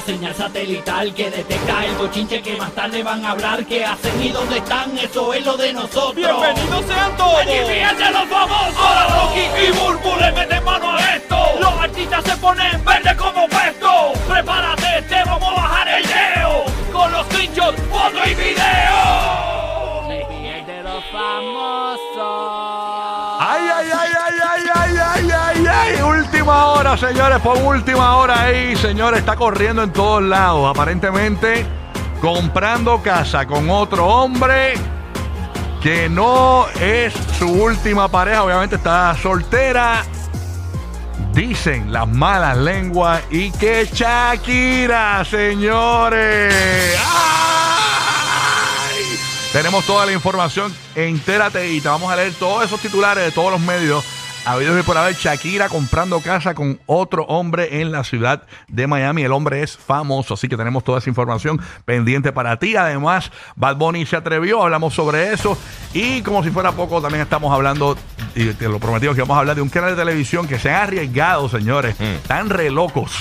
señal satelital que detecta el bochinche que más tarde van a hablar. ¿Qué hacen y dónde están? Eso es lo de nosotros. ¡Bienvenidos sean todos! ¡Aquí fíjate los famosos! Ahora Rocky y Burbu le meten mano a esto. Los artistas se ponen verde como puesto. Prepárate, te vamos a bajar el leo. Con los trinchos, foto y video. de los famosos. ¡Ay, ay, ay, ay, ay, ay, ay, ay, ay! Última hora, señores, por última hora ahí, señores, está corriendo en todos lados, aparentemente comprando casa con otro hombre que no es su última pareja, obviamente está soltera. Dicen las malas lenguas y que Shakira, señores. ¡Ay! Tenemos toda la información, entérate y te vamos a leer todos esos titulares de todos los medios. Habido y por haber Shakira comprando casa con otro hombre en la ciudad de Miami. El hombre es famoso, así que tenemos toda esa información pendiente para ti. Además, Bad Bunny se atrevió, hablamos sobre eso. Y como si fuera poco, también estamos hablando, y te lo prometimos que vamos a hablar de un canal de televisión que se han arriesgado, señores, tan re locos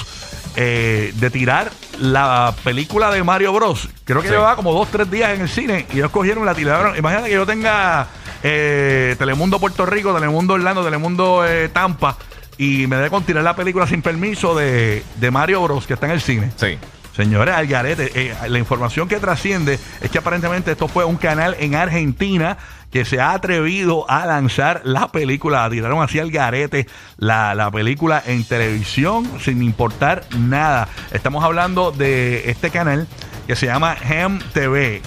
eh, de tirar la película de Mario Bros. Creo que llevaba como dos, tres días en el cine y ellos cogieron y la tiraron. Imagínate que yo tenga eh, Telemundo Puerto Rico, Telemundo Orlando, Telemundo eh, Tampa y me dé con tirar la película sin permiso de, de Mario Bros. que está en el cine. Sí. Señores, Algarete, eh, la información que trasciende es que aparentemente esto fue un canal en Argentina que se ha atrevido a lanzar la película, tiraron así al garete la, la película en televisión sin importar nada. Estamos hablando de este canal que se llama E Hem TV,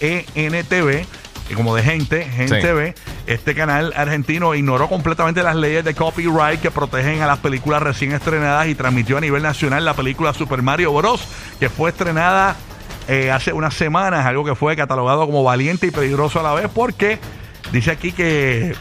G-E-N TV, y como de gente, E Gen Sí. TV. Este canal argentino ignoró completamente las leyes de copyright que protegen a las películas recién estrenadas y transmitió a nivel nacional la película Super Mario Bros. que fue estrenada eh, hace unas semanas, algo que fue catalogado como valiente y peligroso a la vez porque dice aquí que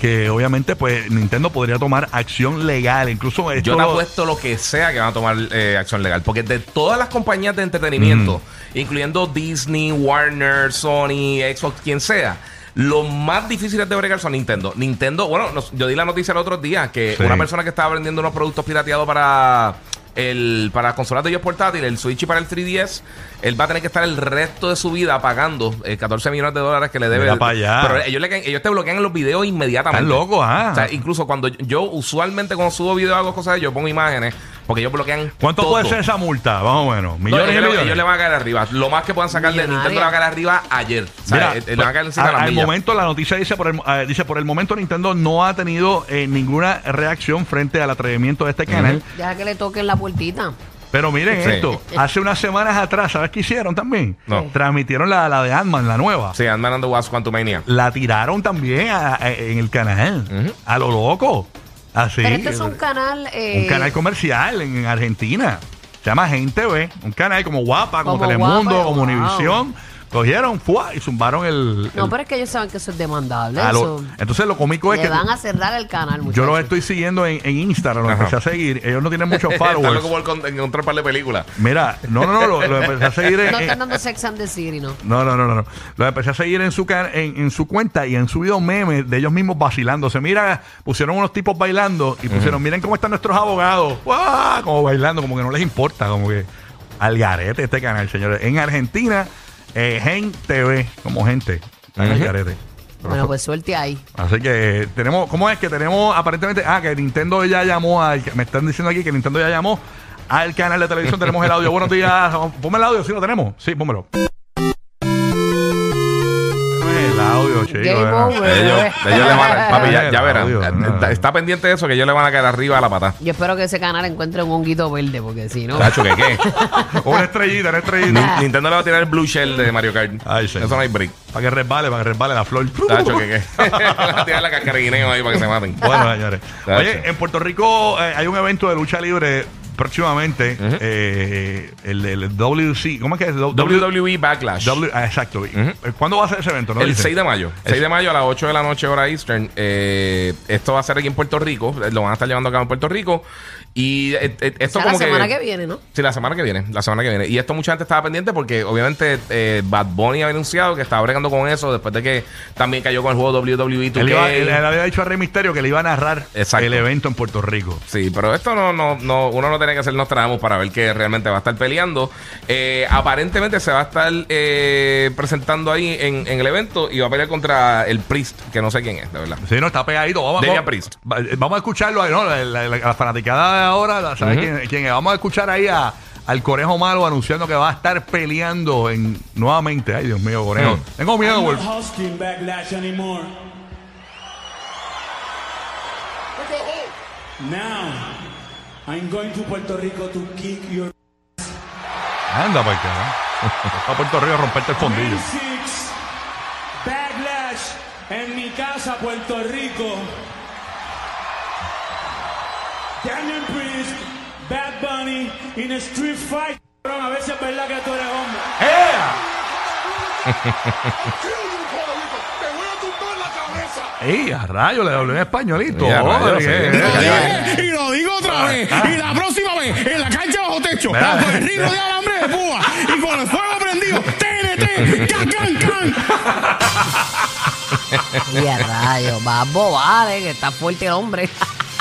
que obviamente pues Nintendo podría tomar acción legal, incluso esto Yo te lo- apuesto lo que sea que van a tomar eh, acción legal. Porque de todas las compañías de entretenimiento, Mm. incluyendo Disney, Warner, Sony, Xbox, quien sea, lo más difíciles de bregar son Nintendo. Nintendo, bueno, nos- yo di la noticia el otro día que Sí. una persona que estaba vendiendo unos productos pirateados para el para consolas de ellos portátiles, el Switch y para el 3DS, él va a tener que estar el resto de su vida pagando eh, 14 millones de dólares que le debe. Mira pa' allá. Pero ellos, le caen- ellos te bloquean los videos inmediatamente. Están locos, ah. O sea, incluso cuando yo, yo usualmente cuando subo video hago cosas, yo pongo imágenes, porque ellos bloquean. ¿Cuánto todo. puede ser esa multa? Más o menos. No, Millones ellos, y le- millones. ellos le van a caer arriba. Lo más que puedan sacar de Nintendo le va a caer arriba ayer. O sea, Mira, eh, le van a caer encima de al, la al milla. momento la noticia dice por el, eh, dice por el momento Nintendo no ha tenido eh, ninguna reacción frente al atrevimiento de este canal. Deja que le toquen la puertita. Pero miren Sí. esto, hace unas semanas atrás, ¿sabes qué hicieron también? No. Transmitieron la, la de Ant-Man, la nueva. Sí, Ant-Man and the Wasp Quantumania. La tiraron también a- a- en el canal, Ujú. a lo loco. Así. Pero este es un canal. eh, un canal comercial en, en Argentina. Se llama Gente B, un canal como Guapa, como, Como Telemundo, Guapa, como wow. Univisión. Cogieron ¡fua! y zumbaron el. No, el- pero es que ellos saben que eso es demandable. a lo- eso. entonces lo cómico es Le que van a cerrar el canal, yo muchachos. los estoy siguiendo en, en Instagram, los Ajá. empecé a seguir. Ellos no tienen muchos Están followers. loco por con- encontrar un par de películas. Mira, no, no, no, lo, lo empecé a seguir en, No en- están dando sex and the city, ¿no? No, no, no, no, no. Los empecé a seguir en su, can- en, en su cuenta y han subido memes de ellos mismos vacilándose. Mira, pusieron unos tipos bailando y pusieron, miren cómo están nuestros abogados. ¡Guau! Como bailando, como que no les importa, como que al garete este canal, señores. En Argentina, eh, Gen TV, como gente, están al Ujú. garete. Bueno, pues suerte ahí. Así que eh, tenemos, ¿cómo es que tenemos aparentemente? Ah, que Nintendo ya llamó al, me están diciendo aquí que Nintendo ya llamó al canal de televisión, tenemos el audio. Buenos días, ponme el audio, si lo tenemos. Sí, pónmelo. El audio, chico. eh. Game era. over. Ellos, ellos le van a. Papi, pues, ya, ya verán. Dios, no. Está, está pendiente de eso que ellos le van a caer arriba a la pata. Yo espero que ese canal encuentre un honguito verde, porque si no. Tacho, ¿qué qué? Una estrellita, una estrellita. Nin- Nintendo le va a tirar el blue shell de Mario Kart. Ay, señor. eso no hay break. para que resbale, para que resbale la flor. Tacho, ¿qué qué? Le va a tirar la cascarineo ahí para que se maten. Bueno, señores. Tacho. Oye, en Puerto Rico eh, hay un evento de lucha libre próximamente. Ujú. eh, el, el WC. ¿Cómo es que es? WWE E Backlash. W- ah, exacto. Ujú. ¿Cuándo va a ser ese evento? ¿No el dice? 6 de mayo. El- 6 de mayo a las 8 de la noche, hora Eastern. Eh, esto va a ser aquí en Puerto Rico. Eh, Lo van a estar llevando acá en Puerto Rico. Y eh, eh, esto O sea, la como semana que viene, ¿no? Sí, la semana que viene, la semana que viene. Y esto mucha gente estaba pendiente porque obviamente eh, Bad Bunny había anunciado que estaba bregando con eso después de que también cayó con el juego E WWE 2K. Él, iba- él- él había dicho a Rey Misterio que le iba a narrar Exacto. el evento en Puerto Rico. Sí, pero esto no, no, no, uno no tiene que hacer Nostradamus para ver que realmente va a estar peleando. Eh, aparentemente se va a estar eh, presentando ahí en, en el evento y va a pelear contra el Priest, que no sé quién es, de verdad. Sí, no, está pegadito. Vamos, Damian vamos- Priest. va- vamos a escucharlo ahí, ¿no? La, la- la- la fanaticada de ahora, la- ¿sabes Ujú. quién, quién es? Vamos a escuchar ahí a- al Conejo Malo anunciando que va a estar peleando en, nuevamente. Ay, Dios mío, Conejo. Mm. Tengo miedo, I'm not güey. hosting backlash anymore. Now, I'm going to Puerto Rico to kick your Anda, para A Puerto Rico a romperte el fondillo. six backlash en mi casa, Puerto Rico. Daniel Priest, Bad Bunny, in a street fight. Cabrón, a veces es verdad que tú eres hombre. ¡Eh! ¡Ey, a rayo! Le doblé en españolito. Ya, Joder, rayos, sí. eh, Ya, eh, ya. Y lo digo otra vez. Y la próxima vez, en la cancha bajo techo, Mira. bajo el río de alambre de púa y con el fuego prendido, TNT, can, can, can. Y a rayos, va a bobar, eh, que está fuerte el hombre.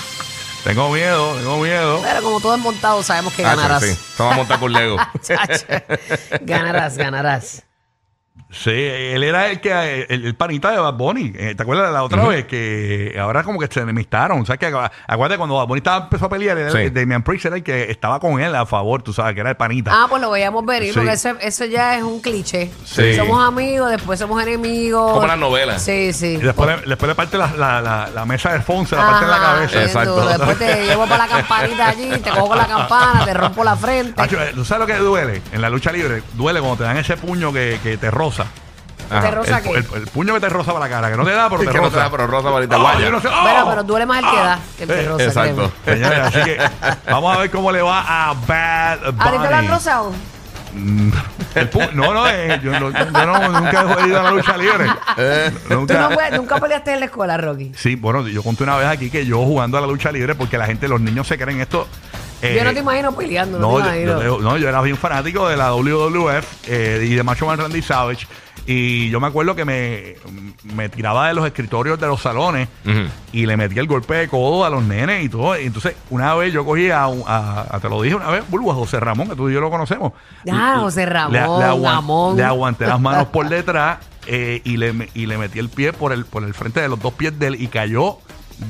Tengo miedo, tengo miedo. Pero como todo es montado, sabemos que Ah, ganarás. sí, sí. Vamos a montar con Lego. Chacho. ganarás, ganarás. Sí, él era el que el, el panita de Bad Bunny. Eh, ¿Te acuerdas de la otra vez? Que ahora como que se enemistaron. ¿Sabes que Acuérdate cuando Bad Bunny estaba, empezó a pelear, era Sí. el- Damian Priest era el que estaba con él a favor, tú sabes, que era el panita. Ah, pues lo veíamos venir, Sí. porque eso, eso ya es un cliché. Sí. Somos amigos, después somos enemigos. Como las novelas. Sí, sí. Y después, le- después le parte la, la, la, la mesa de Fonse, la parte de la Ajá, cabeza. sin Exacto. duda. Después te llevo para la campanita allí, te cojo con la campana, te rompo la frente. Hacho, eh, ¿Tú sabes lo que duele en la lucha libre? Duele cuando te dan ese puño que, que te roza. Ajá. te roza el, que. el- el puño que te roza para la cara, que no te da, pero Sí, te que no roza. se da, pero rosa bonita Ah, guaya. yo no sé. ¡Ah! Bueno, pero duele más el que da que el que Eh, rosa. exacto. créeme. Señores, así que vamos a ver cómo le va a Bad Bunny. Mm, ¿A ti te lo han rozado? El pu- no, no, eh, yo, no- yo no- nunca he ido a la lucha libre. Tú Nunca. no puedes- nunca peleaste en la escuela, Rocky. Sí, bueno, yo conté una vez aquí que yo jugando a la lucha libre porque la gente, los niños se creen esto. eh, Yo no te imagino peleando, no, no, te yo, imagino. yo- no, yo era bien fanático de la WWF eh, y de Macho Man Randy Savage. Y yo me acuerdo que me, me tiraba de los escritorios de los salones Ujú. y le metía el golpe de codo a los nenes y todo. Y entonces, una vez yo cogí a, un- a- a- te lo dije una vez, Bulbo, a José Ramón, que tú y yo lo conocemos. Ah, Le- José Ramón, aguan- Ramón. le aguanté las manos por detrás eh, y, le, me- y le metí el pie por el, por el frente de los dos pies de él y cayó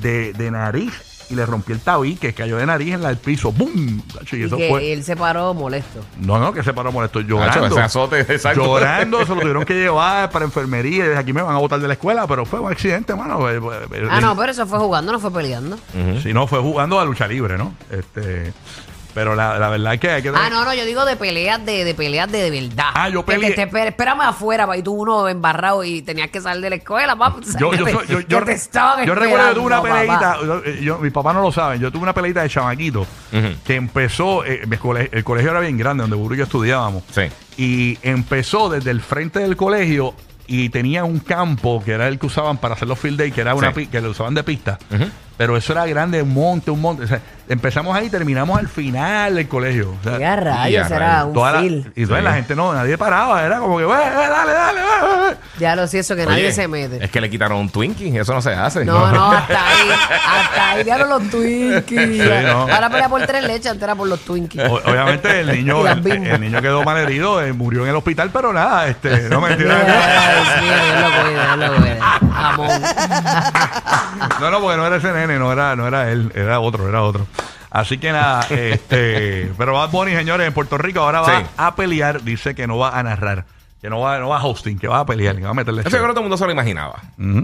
de, de nariz. Y le rompí el tabique, cayó de nariz en la- el piso. ¡Bum! Tacho, y Y eso que fue- él se paró molesto. no, no, que se paró molesto. Hacho, Llorando. ese azote, exacto. Llorando, se lo tuvieron que llevar para enfermería. y desde aquí me van a botar de la escuela, pero fue un accidente, mano. Eh, eh, eh, Ah, no, pero eso fue jugando, no fue peleando. Si no, fue jugando a lucha libre, ¿no? Este, pero la, la verdad es que hay que Ah, no, no, yo digo de peleas de, de peleas de, de verdad. Ah, yo Que- que peleé. te espera- espérame afuera, pa, y tú uno embarrado y tenías que salir de la escuela, papá. Yo, yo, soy- yo, yo, te estaban yo recuerdo que tuve una esperando, peleita, papá. yo, eh, yo- mis papás no lo saben, yo tuve una peleita de chamaquito que empezó, eh, mi cole- el colegio era bien grande, donde Burro y yo estudiábamos, Sí. y empezó desde el frente del colegio y tenía un campo que era el que usaban para hacer los field day, que era una Sí. pi- que lo usaban de pista, pero eso era grande, un monte, un monte, o sea, empezamos ahí y terminamos al final del colegio. O sea, Ya Ya, rayos, era rayos. un Toda la- fil. y toda la gente no, nadie paraba, era como que, "Güey, eh, dale, dale, güey, güey". Ya lo sé, eso que nadie Oye, se mete. Es que le quitaron un Twinkie, eso no se hace. No, no, hasta ahí. Hasta ahí dieron los Twinkies. Sí, no. Ahora pelea por tres leches, antes era por los Twinkies. O- obviamente el niño, Y las el, bimbas. el niño quedó mal herido, eh, murió en el hospital, pero nada, este, no mentira. Dios mío, Dios lo cuida, Dios lo cuida. Jamón. no, no, porque no era ese nene, no era, no era él, era otro, era otro. Así que nada, este, pero Bad Bunny, señores, en Puerto Rico ahora va Sí. a pelear, dice que no va a narrar, que no va, no va a hosting, que va a pelear, que va a meterle. Eso yo show. creo que todo el mundo se lo imaginaba.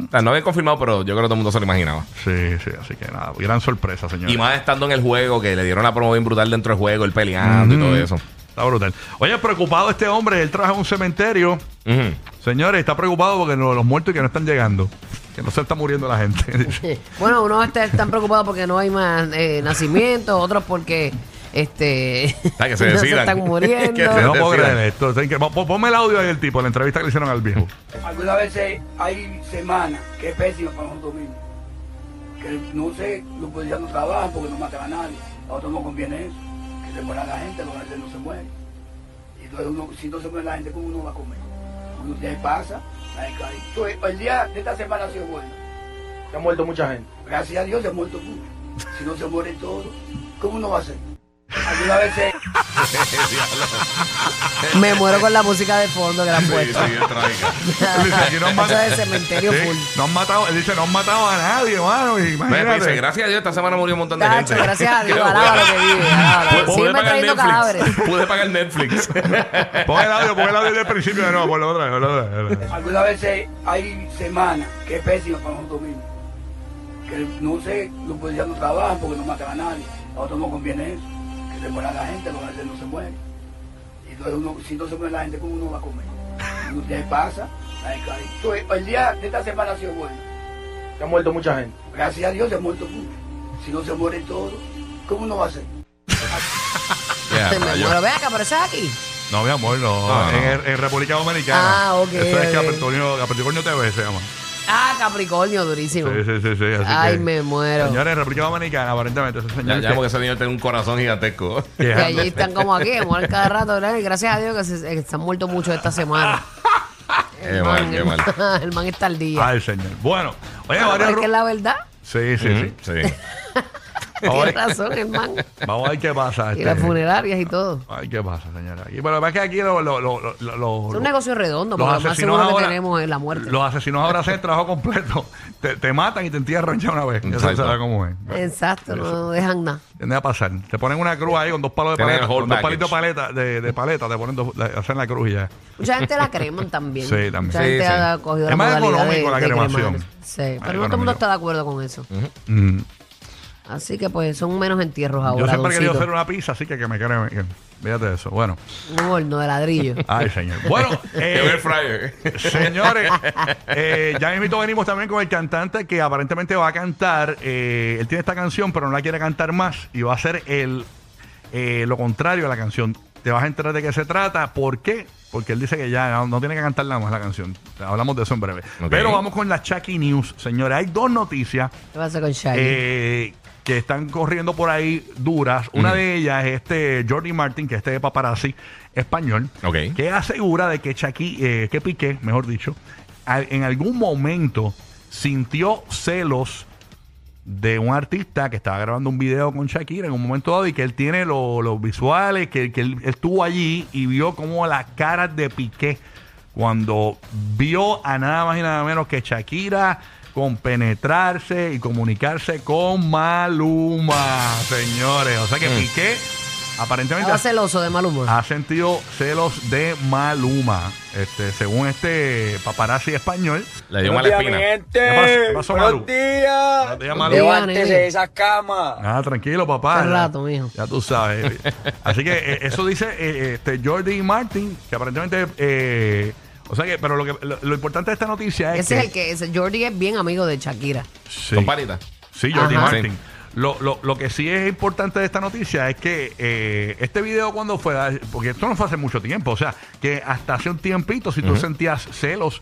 O sea, no había confirmado, pero yo creo que todo el mundo se lo imaginaba. Sí, sí, así que nada, gran sorpresa, señores. Y más estando en el juego, que le dieron la promo bien brutal dentro del juego, el peleando y todo eso. Está brutal. Oye, preocupado este hombre, él trabaja en un cementerio. Ujú. Señores, está preocupado porque no- los muertos que no están llegando, que no se está muriendo la gente. Dice. Bueno, unos está- están preocupados porque no hay más eh, nacimientos, otros porque este Ah, que se no decidan. están Que muriendo. se- no puedo decían. creer esto. Está increíble. Pon- Ponme el audio ahí del tipo, la entrevista que le hicieron al viejo. Algunas veces hay semanas que es pésima para nosotros mismos. Que no sé, los policías no trabajan porque no matan a nadie. Nosotros no conviene eso. Que se muera la gente, porque a veces no se muere. Y entonces uno, si no se muere la gente, ¿cómo uno va a comer? Uno ya pasa. la gente cae. Entonces, el día de esta semana ha sido bueno. Se ha muerto mucha gente. Gracias a Dios se ha muerto uno. Si no se muere todo, ¿cómo uno va a hacer? Algunas veces Me muero con la música de fondo que la han Sí, puesto. sí, es trágica. Dice, aquí no han Eso matado- es de cementerio Sí, full. no han matado, él dice, no han matado a nadie, mano. Ve, pues, dice, Imagínate. gracias a Dios, esta semana murió un montón de Tacho, gente. gracias a Dios, Qué alábalo bueno. que vive. alábalo. Pude Sígueme pagar trayendo Netflix. cadáveres. Pude pagar Netflix. Pon el audio, pon el audio del principio de nuevo, ponlo otra vez, ponlo otra vez, ponlo otra vez. Algunas veces hay semanas que es pésima para nosotros mismos. Que no sé, los policías no trabajan porque no matan a nadie. A nosotros no conviene eso. Que se muera la gente, porque a veces no se muere. Y entonces uno, si no se muere la gente, ¿cómo uno va a comer? Y usted pasa, la gente cae. Entonces, el día de esta semana ha sido bueno. Se ha muerto mucha gente. Gracias a Dios se ha muerto uno. Si no se muere todo, ¿cómo uno va a hacer? Ya, Me rayos. muero. Ve acá, pero ese es aquí. No, mi amor, no. No, no. En, en República Dominicana. Ah, ok, Eso es ok. Capricornio, Capricornio TV se llama. Ah, Capricornio, durísimo. Sí, sí, sí, sí. así Ay, que- me muero. Señores, en República Dominicana, aparentemente, ese Ya, señor. ya, que- porque ese niño tiene un corazón gigantesco. que- Que allí están como aquí, que mueren cada rato, ¿verdad? Y gracias a Dios que se, eh, que se han muerto muchos esta semana. Qué mal, qué mal. eh, el man está al día. Ay, señor. Bueno, oye, Pero varios. es que es ru- la verdad. Sí, sí, sí. Sí. Tienes razón, el man. Vamos a ver qué pasa. Y este. las funerarias y todo. Ay, ¿qué pasa, señora? Aquí, pero lo que pasa es que aquí lo- lo- lo- lo- lo- lo- Es un negocio redondo, porque lo más seguro que tenemos es la muerte. Los asesinos ahora hacen el trabajo completo. Te, te matan y te entierran ya una vez. Eso Exacto. será como es. Exacto, no dejan nada. Tiende a pasar. Te ponen una cruz ahí con dos palos de Tienen paleta. el whole Con dos palitos de package. paleta, de, de paleta. Te ponen dos, la- hacen la cruz y ya. Mucha gente la creman también. Sí, también. Mucha Sí, gente sí. ha cogido Es la más modalidad de, económico la de cremar. cremación. Sí, pero Más no todo el mundo económico. está de acuerdo con eso. Mm. Así que pues son menos entierros ahora. Yo siempre he querido Doncito. hacer una pizza, así que que me quieren. que- Fíjate eso. Bueno. Un horno de ladrillo. Ay, señor. Bueno, Qué eh, buen fryer. Señores, eh, ya mismito venimos también con el cantante que aparentemente va a cantar. eh, él tiene esta canción, pero no la quiere cantar más y va a ser el, eh, lo contrario a la canción. Te vas a enterar de qué se trata. ¿Por qué? Porque él dice que ya no, no tiene que cantarla más la canción. Hablamos de eso en breve. Ok. Pero vamos con la Chucky News, señores. Hay dos noticias ¿Qué pasa con Shaggy? eh, que están corriendo por ahí duras. Una de ellas es este Jordi Martin, que es este paparazzi español, Ok. que asegura de que Shakira, eh, que Piqué, mejor dicho, al- en algún momento sintió celos de un artista que estaba grabando un video con Shakira en un momento dado y que él tiene lo- los visuales, que, que él estuvo allí y vio como las caras de Piqué cuando vio a nada más y nada menos que Shakira compenetrarse y comunicarse con Maluma, señores. O sea que Piqué aparentemente Estaba celoso de Maluma. ha sentido celos de Maluma, este, según este paparazzi español. Le dio mala espina. ¿Qué pasó, ¿Qué pasó, Malu? días. No te llamas Leo- Malu. Levántese de esa cama. Ah, tranquilo, papá. Hace Ya- rato, mijo. Ya tú sabes. Así que eh, eso dice eh, este Jordi Martin, que aparentemente. eh, o sea que, pero lo, que, lo, lo importante de esta noticia es. Ese es el que ese Jordi es bien amigo de Shakira. Sí, Son panitas. Sí, Jordi Ajá. Martin. Sí. Lo, lo, lo que sí es importante de esta noticia es que eh, este video cuando fue, porque esto no fue hace mucho tiempo, o sea, que hasta hace un tiempito si tú sentías celos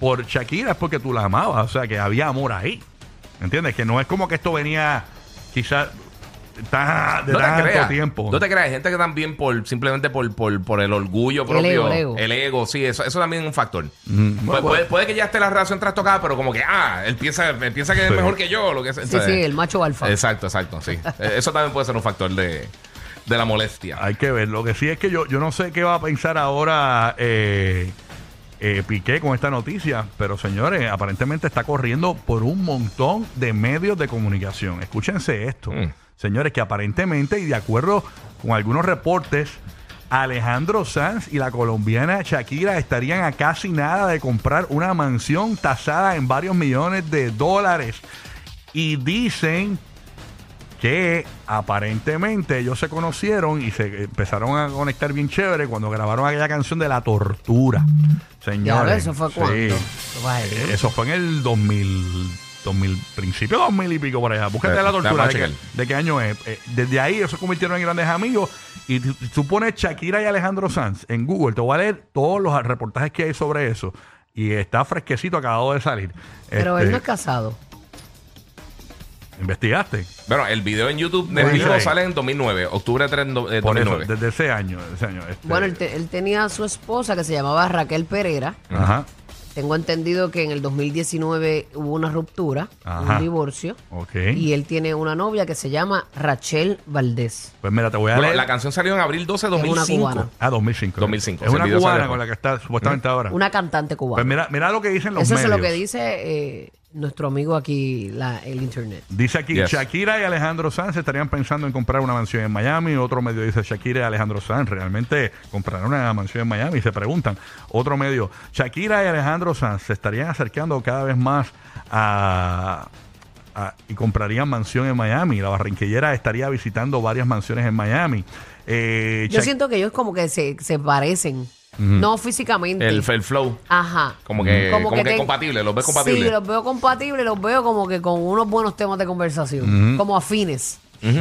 por Shakira es porque tú la amabas, o sea, que había amor ahí. ¿Entiendes? Que no es como que esto venía quizás ta- de No te tanto creas. tiempo. No te creas. Hay gente que también por simplemente por, por, por el orgullo propio. ego, el ego. el ego, sí. Eso, eso también es un factor. Mm, Pu- bueno, puede, puede que ya esté la relación trastocada, pero como que, ah, él piensa, él piensa que es Sí. mejor que yo. Lo que sea, Sí, ¿sabes? sí, el macho alfa. Exacto, exacto, sí. Eh, Eso también puede ser un factor de, de la molestia. Hay que ver. Lo que sí es que yo, yo no sé qué va a pensar ahora eh, eh, Piqué con esta noticia, pero señores, aparentemente está corriendo por un montón de medios de comunicación. Escúchense esto. Mm. Señores, que aparentemente, y de acuerdo con algunos reportes, Alejandro Sanz y la colombiana Shakira estarían a casi nada de comprar una mansión tasada en varios millones de dólares. Y dicen que aparentemente ellos se conocieron y se empezaron a conectar bien chévere cuando grabaron aquella canción de la tortura. Y Señores, ahora eso fue sí. cuando. Eso fue hace Eh, tiempo. Eso fue en el 2000, 2000 principio 2000 y pico por allá. Búscate Eh, la la tortura vamos a de, qué- checar. de qué año es. Eh, desde ahí ellos se convirtieron en grandes amigos. Y tú- tú pones Shakira y Alejandro Sanz en Google, te voy a leer todos los reportajes que hay sobre eso. Y está fresquecito, acabado de salir. Pero Este, él no es casado. ¿Investigaste? Bueno, el video en YouTube del Bueno, mismo ahí. sale en 2009, octubre 3 do- eh, Por eso, 2009. desde ese año. desde ese año, este, Bueno, él, te- él tenía a su esposa que se llamaba Raquel Pereira. Ajá. Tengo entendido que en el 2019 hubo una ruptura, Ajá. un divorcio. Ok. Y él tiene una novia que se llama Rachel Valdés. Pues mira, te voy a Bueno, leer. la canción salió en abril 12 de una 2005. cubana. Ah, 2005. 2005, Es ese una video cubana salió. con la que está supuestamente ahora. Una cantante cubana. Ah. Pues mira, mira lo que dicen los Eso medios. es lo que dice eh, nuestro amigo aquí, la, el internet. Dice aquí, Yes. Shakira y Alejandro Sanz estarían pensando en comprar una mansión en Miami. Otro medio dice, Shakira y Alejandro Sanz realmente comprarán una mansión en Miami. Se preguntan. Otro medio, Shakira y Alejandro Sanz se estarían acercando cada vez más a... a- y comprarían mansión en Miami. La barranquillera estaría visitando varias mansiones en Miami. Eh, Yo Shak- siento que ellos como que se, se parecen, no físicamente. El, el flow. Ajá. Como que, como que, te- es compatible, los ves compatibles. Sí, los veo compatibles, los veo como que con unos buenos temas de conversación, como afines. Sí.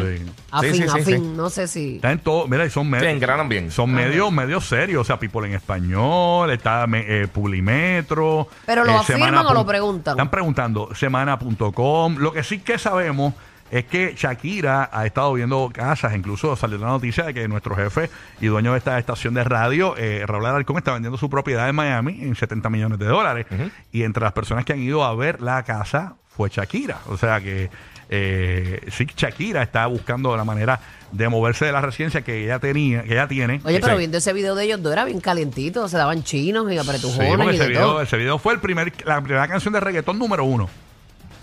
Afín, sí, sí, afín, sí. no sé si... Está en todo. Mira, y son medios. Sí, engranan bien. Son medios medios serios. O sea, People en Español, está me- eh, Publimetro. eh, ¿Pero lo afirman Semana o lo pun- preguntan? Están preguntando. Semana.com. Lo que sí que sabemos es que Shakira ha estado viendo casas. Incluso salió la noticia de que nuestro jefe y dueño de esta estación de radio, eh, Raúl Alarcón, está vendiendo su propiedad en Miami en 70 millones de dólares. Y entre las personas que han ido a ver la casa fue Shakira. O sea que eh, sí, Shakira está buscando la manera de moverse de la residencia que ella tenía, que ella tiene. Oye, pero Sí. viendo ese video de ellos dos era bien calentito, se daban chinos y Sí, apretujones porque y ese de video, todo. ese video fue el primer, la primera canción de reggaetón número uno.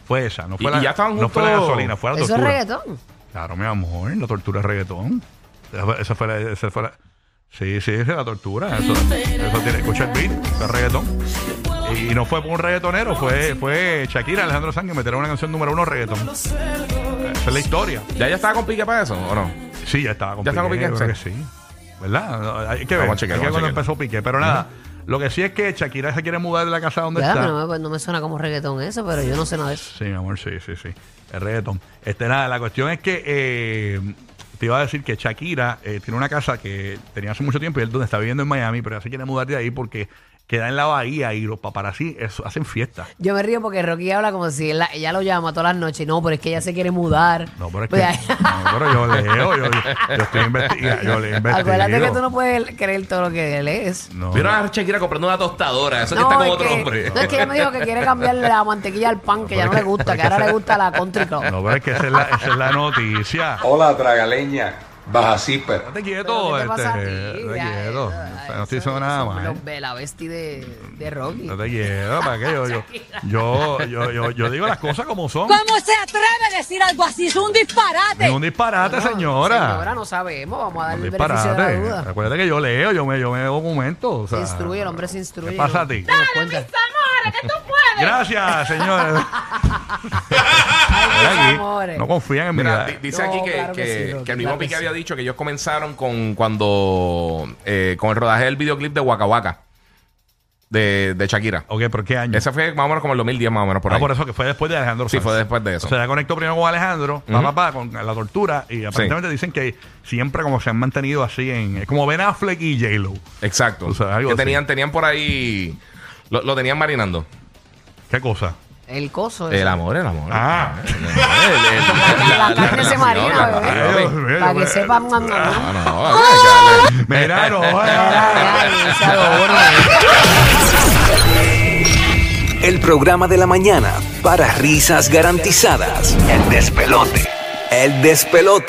Fue esa, no fue Y- la y ya estaban No fue la juntos. gasolina, fue la Eso es tortura. reggaetón. Claro, mi amor, la tortura es reggaetón. Esa fue, esa fue la, esa fue la- Sí, sí, esa es la tortura. Eso, eso tiene, escucha el beat, eso es reggaetón. Y, y no fue por un reggaetonero, fue, fue Shakira, Alejandro Sánchez, metieron una canción número uno reggaetón. Esa es la historia. ¿Ya ya estaba con pique para eso o no? Sí, ya estaba con Ya estaba con Piqué, Piqué, yo creo sí. que sí. ¿Verdad? No, Hay que ver. Vamos a chequear, hay que ver cuando vamos a chequear. empezó Piqué. Pero nada, lo que sí es que Shakira se quiere mudar de la casa donde Ya, está. pero no, me, no me suena como reggaetón eso, pero yo no sé nada de eso. Sí, mi amor, sí, sí, sí. El reggaetón. Este, nada, la cuestión es que eh, te iba a decir que Shakira eh, tiene una casa que tenía hace mucho tiempo y él donde está viviendo en Miami, pero ya se quiere mudar de ahí porque queda en la bahía y los paparazzi eso, hacen fiestas. Yo me río porque Rocky habla como si él la- ella lo llama todas las noches. No, pero es que ella se quiere mudar. No, pero es que. Pues, no, pero yo leo, yo, yo estoy investigando. Yo le investigo. Acuérdate que tú no puedes creer todo lo que lees. No, Vieron a Shakira comprando una tostadora. Eso que está con otro hombre. no, es que ella me dijo que quiere cambiarle la mantequilla al pan, que ya no le gusta, que ahora le gusta la country club. no, pero es que esa es la, esa es la noticia. Hola, tragaleña. Baja zipper. Date Pero, quieto, ¿qué te este. pasa a ti? Date Ya, quieto. O eh, sea, No eso- estoy diciendo nada eso más. Los Bella Bestie de, de Rocky. No te quiero, ¿para qué? Yo, yo, yo, yo, yo, yo digo las cosas como son. ¿Cómo se atreve a decir algo así? Es un disparate. Ningún disparate, No, Ah, señora. Señora, no sabemos. Vamos a Un darle el beneficio de la disparate. duda. Acuérdate que yo leo, yo me, yo me documento. o Se sea, instruye, el hombre se instruye. ¿Qué pasa a ti? No nos cuenta. amores, que tú puedes. Gracias, señores. Mira mis aquí, amores. No confían en mi Mira, edad. di- dice No, aquí que, claro que que- sí, Rocky, que el mismo claro que Piqué sí. había dicho que ellos comenzaron con cuando eh, con el rodaje del videoclip de Waka Waka de, de Shakira. Ok, ¿por qué año? Ese fue más o menos como el 2010, más o menos por Ah, ahí. por eso que fue después de Alejandro Sí, Sanz. fue después de eso. O sea, ya conectó primero con Alejandro, pa, pa, pa, con la tortura, y aparentemente dicen que siempre como se han mantenido así en... Es como Ben Affleck y J-Lo. Exacto. O sea, algo que así. tenían, tenían por ahí. Lo, lo tenían marinando. ¿Qué cosa? El coso. El ese. amor, el amor. Ah. El amor, el- el- La carne se relación, marina, la- bebé. la- Dios mío, Para que yo- sepan. mam, mam. No, no, no, hay que darle- Mira, no, Ay, ese adorno. El programa de la mañana para risas garantizadas. El despelote. El despelote.